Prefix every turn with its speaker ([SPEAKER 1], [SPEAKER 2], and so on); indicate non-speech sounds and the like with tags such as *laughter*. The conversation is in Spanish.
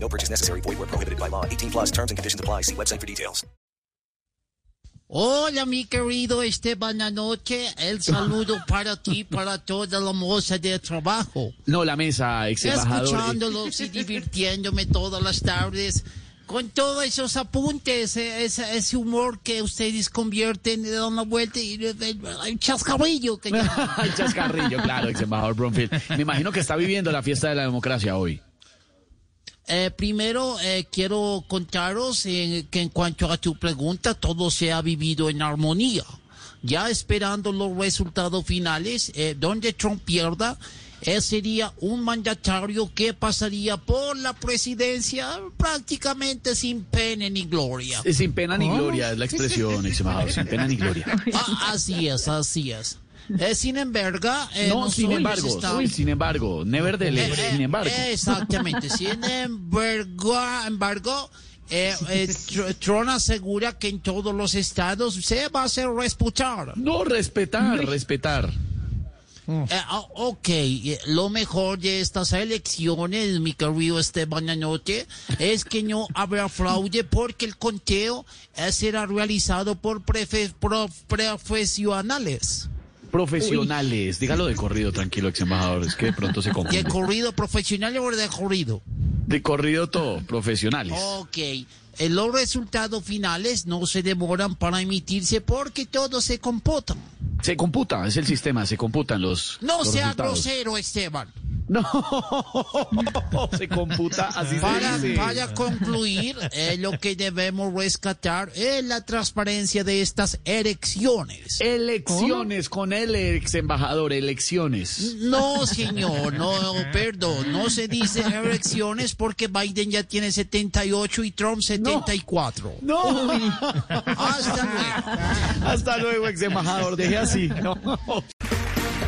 [SPEAKER 1] No purchase necessary. Void where prohibited by law. 18 plus terms and conditions apply. See website for details.
[SPEAKER 2] Hola, mi querido Esteban Anoche. El saludo para ti, para toda la moza de trabajo.
[SPEAKER 3] No, la mesa, ex embajador.
[SPEAKER 2] Escuchándolos y divirtiéndome todas las tardes con todos esos apuntes, eh, ese, ese humor que ustedes convierten, le dan la vuelta y le- le- el chascarrillo que llaman.
[SPEAKER 3] *laughs* Ay, chascarrillo, claro, ex embajador Bromfield. Me imagino que está viviendo la fiesta de la democracia hoy.
[SPEAKER 2] Eh, primero, eh, quiero contaros eh, que en cuanto a tu pregunta, todo se ha vivido en armonía. Ya esperando los resultados finales, eh, donde Trump pierda, él sería un mandatario que pasaría por la presidencia prácticamente sin pena ni gloria.
[SPEAKER 3] Eh, Sin pena ni gloria es la expresión, ex embajador, sin pena ni gloria.
[SPEAKER 2] Ah, así es, así es. Eh, sin embargo, *laughs* eh,
[SPEAKER 3] No, sin
[SPEAKER 2] nosotros
[SPEAKER 3] embargo,
[SPEAKER 2] estamos-
[SPEAKER 3] uy, sin embargo, never del,
[SPEAKER 2] Eh, eh,
[SPEAKER 3] sin embargo.
[SPEAKER 2] Exactamente. Sin embargo, embargo eh, eh, Tr- Tron asegura que en todos los estados se va a hacer respetar.
[SPEAKER 3] No, respetar, respetar.
[SPEAKER 2] Eh, ah, ok, eh, lo mejor de estas elecciones, mi querido Esteban Anote, es que no habrá fraude porque el conteo eh, será realizado por prefe- prof- profesionales.
[SPEAKER 3] Profesionales, dígalo de corrido, tranquilo, ex embajador, es que de pronto
[SPEAKER 2] *laughs*
[SPEAKER 3] se
[SPEAKER 2] ¿De
[SPEAKER 3] confunde.
[SPEAKER 2] corrido profesional o de corrido?
[SPEAKER 3] De corrido todo, profesionales.
[SPEAKER 2] Ok. Eh, los resultados finales no se demoran para emitirse porque todos se computan.
[SPEAKER 3] Se computa, es el sistema, se computan los.
[SPEAKER 2] No
[SPEAKER 3] los
[SPEAKER 2] sea
[SPEAKER 3] resultados. *laughs*
[SPEAKER 2] grosero, Esteban.
[SPEAKER 3] No, se computa así
[SPEAKER 2] Para,
[SPEAKER 3] se dice.
[SPEAKER 2] para
[SPEAKER 3] *laughs*
[SPEAKER 2] concluir, eh, lo que debemos rescatar es la transparencia de estas elecciones.
[SPEAKER 3] Elecciones con el ex embajador, elecciones.
[SPEAKER 2] No, señor, no, perdón, no se dice elecciones porque Biden ya tiene 78 y Trump 74.
[SPEAKER 3] No,
[SPEAKER 2] Hasta luego.
[SPEAKER 3] hasta luego, ex embajador, deje así. No.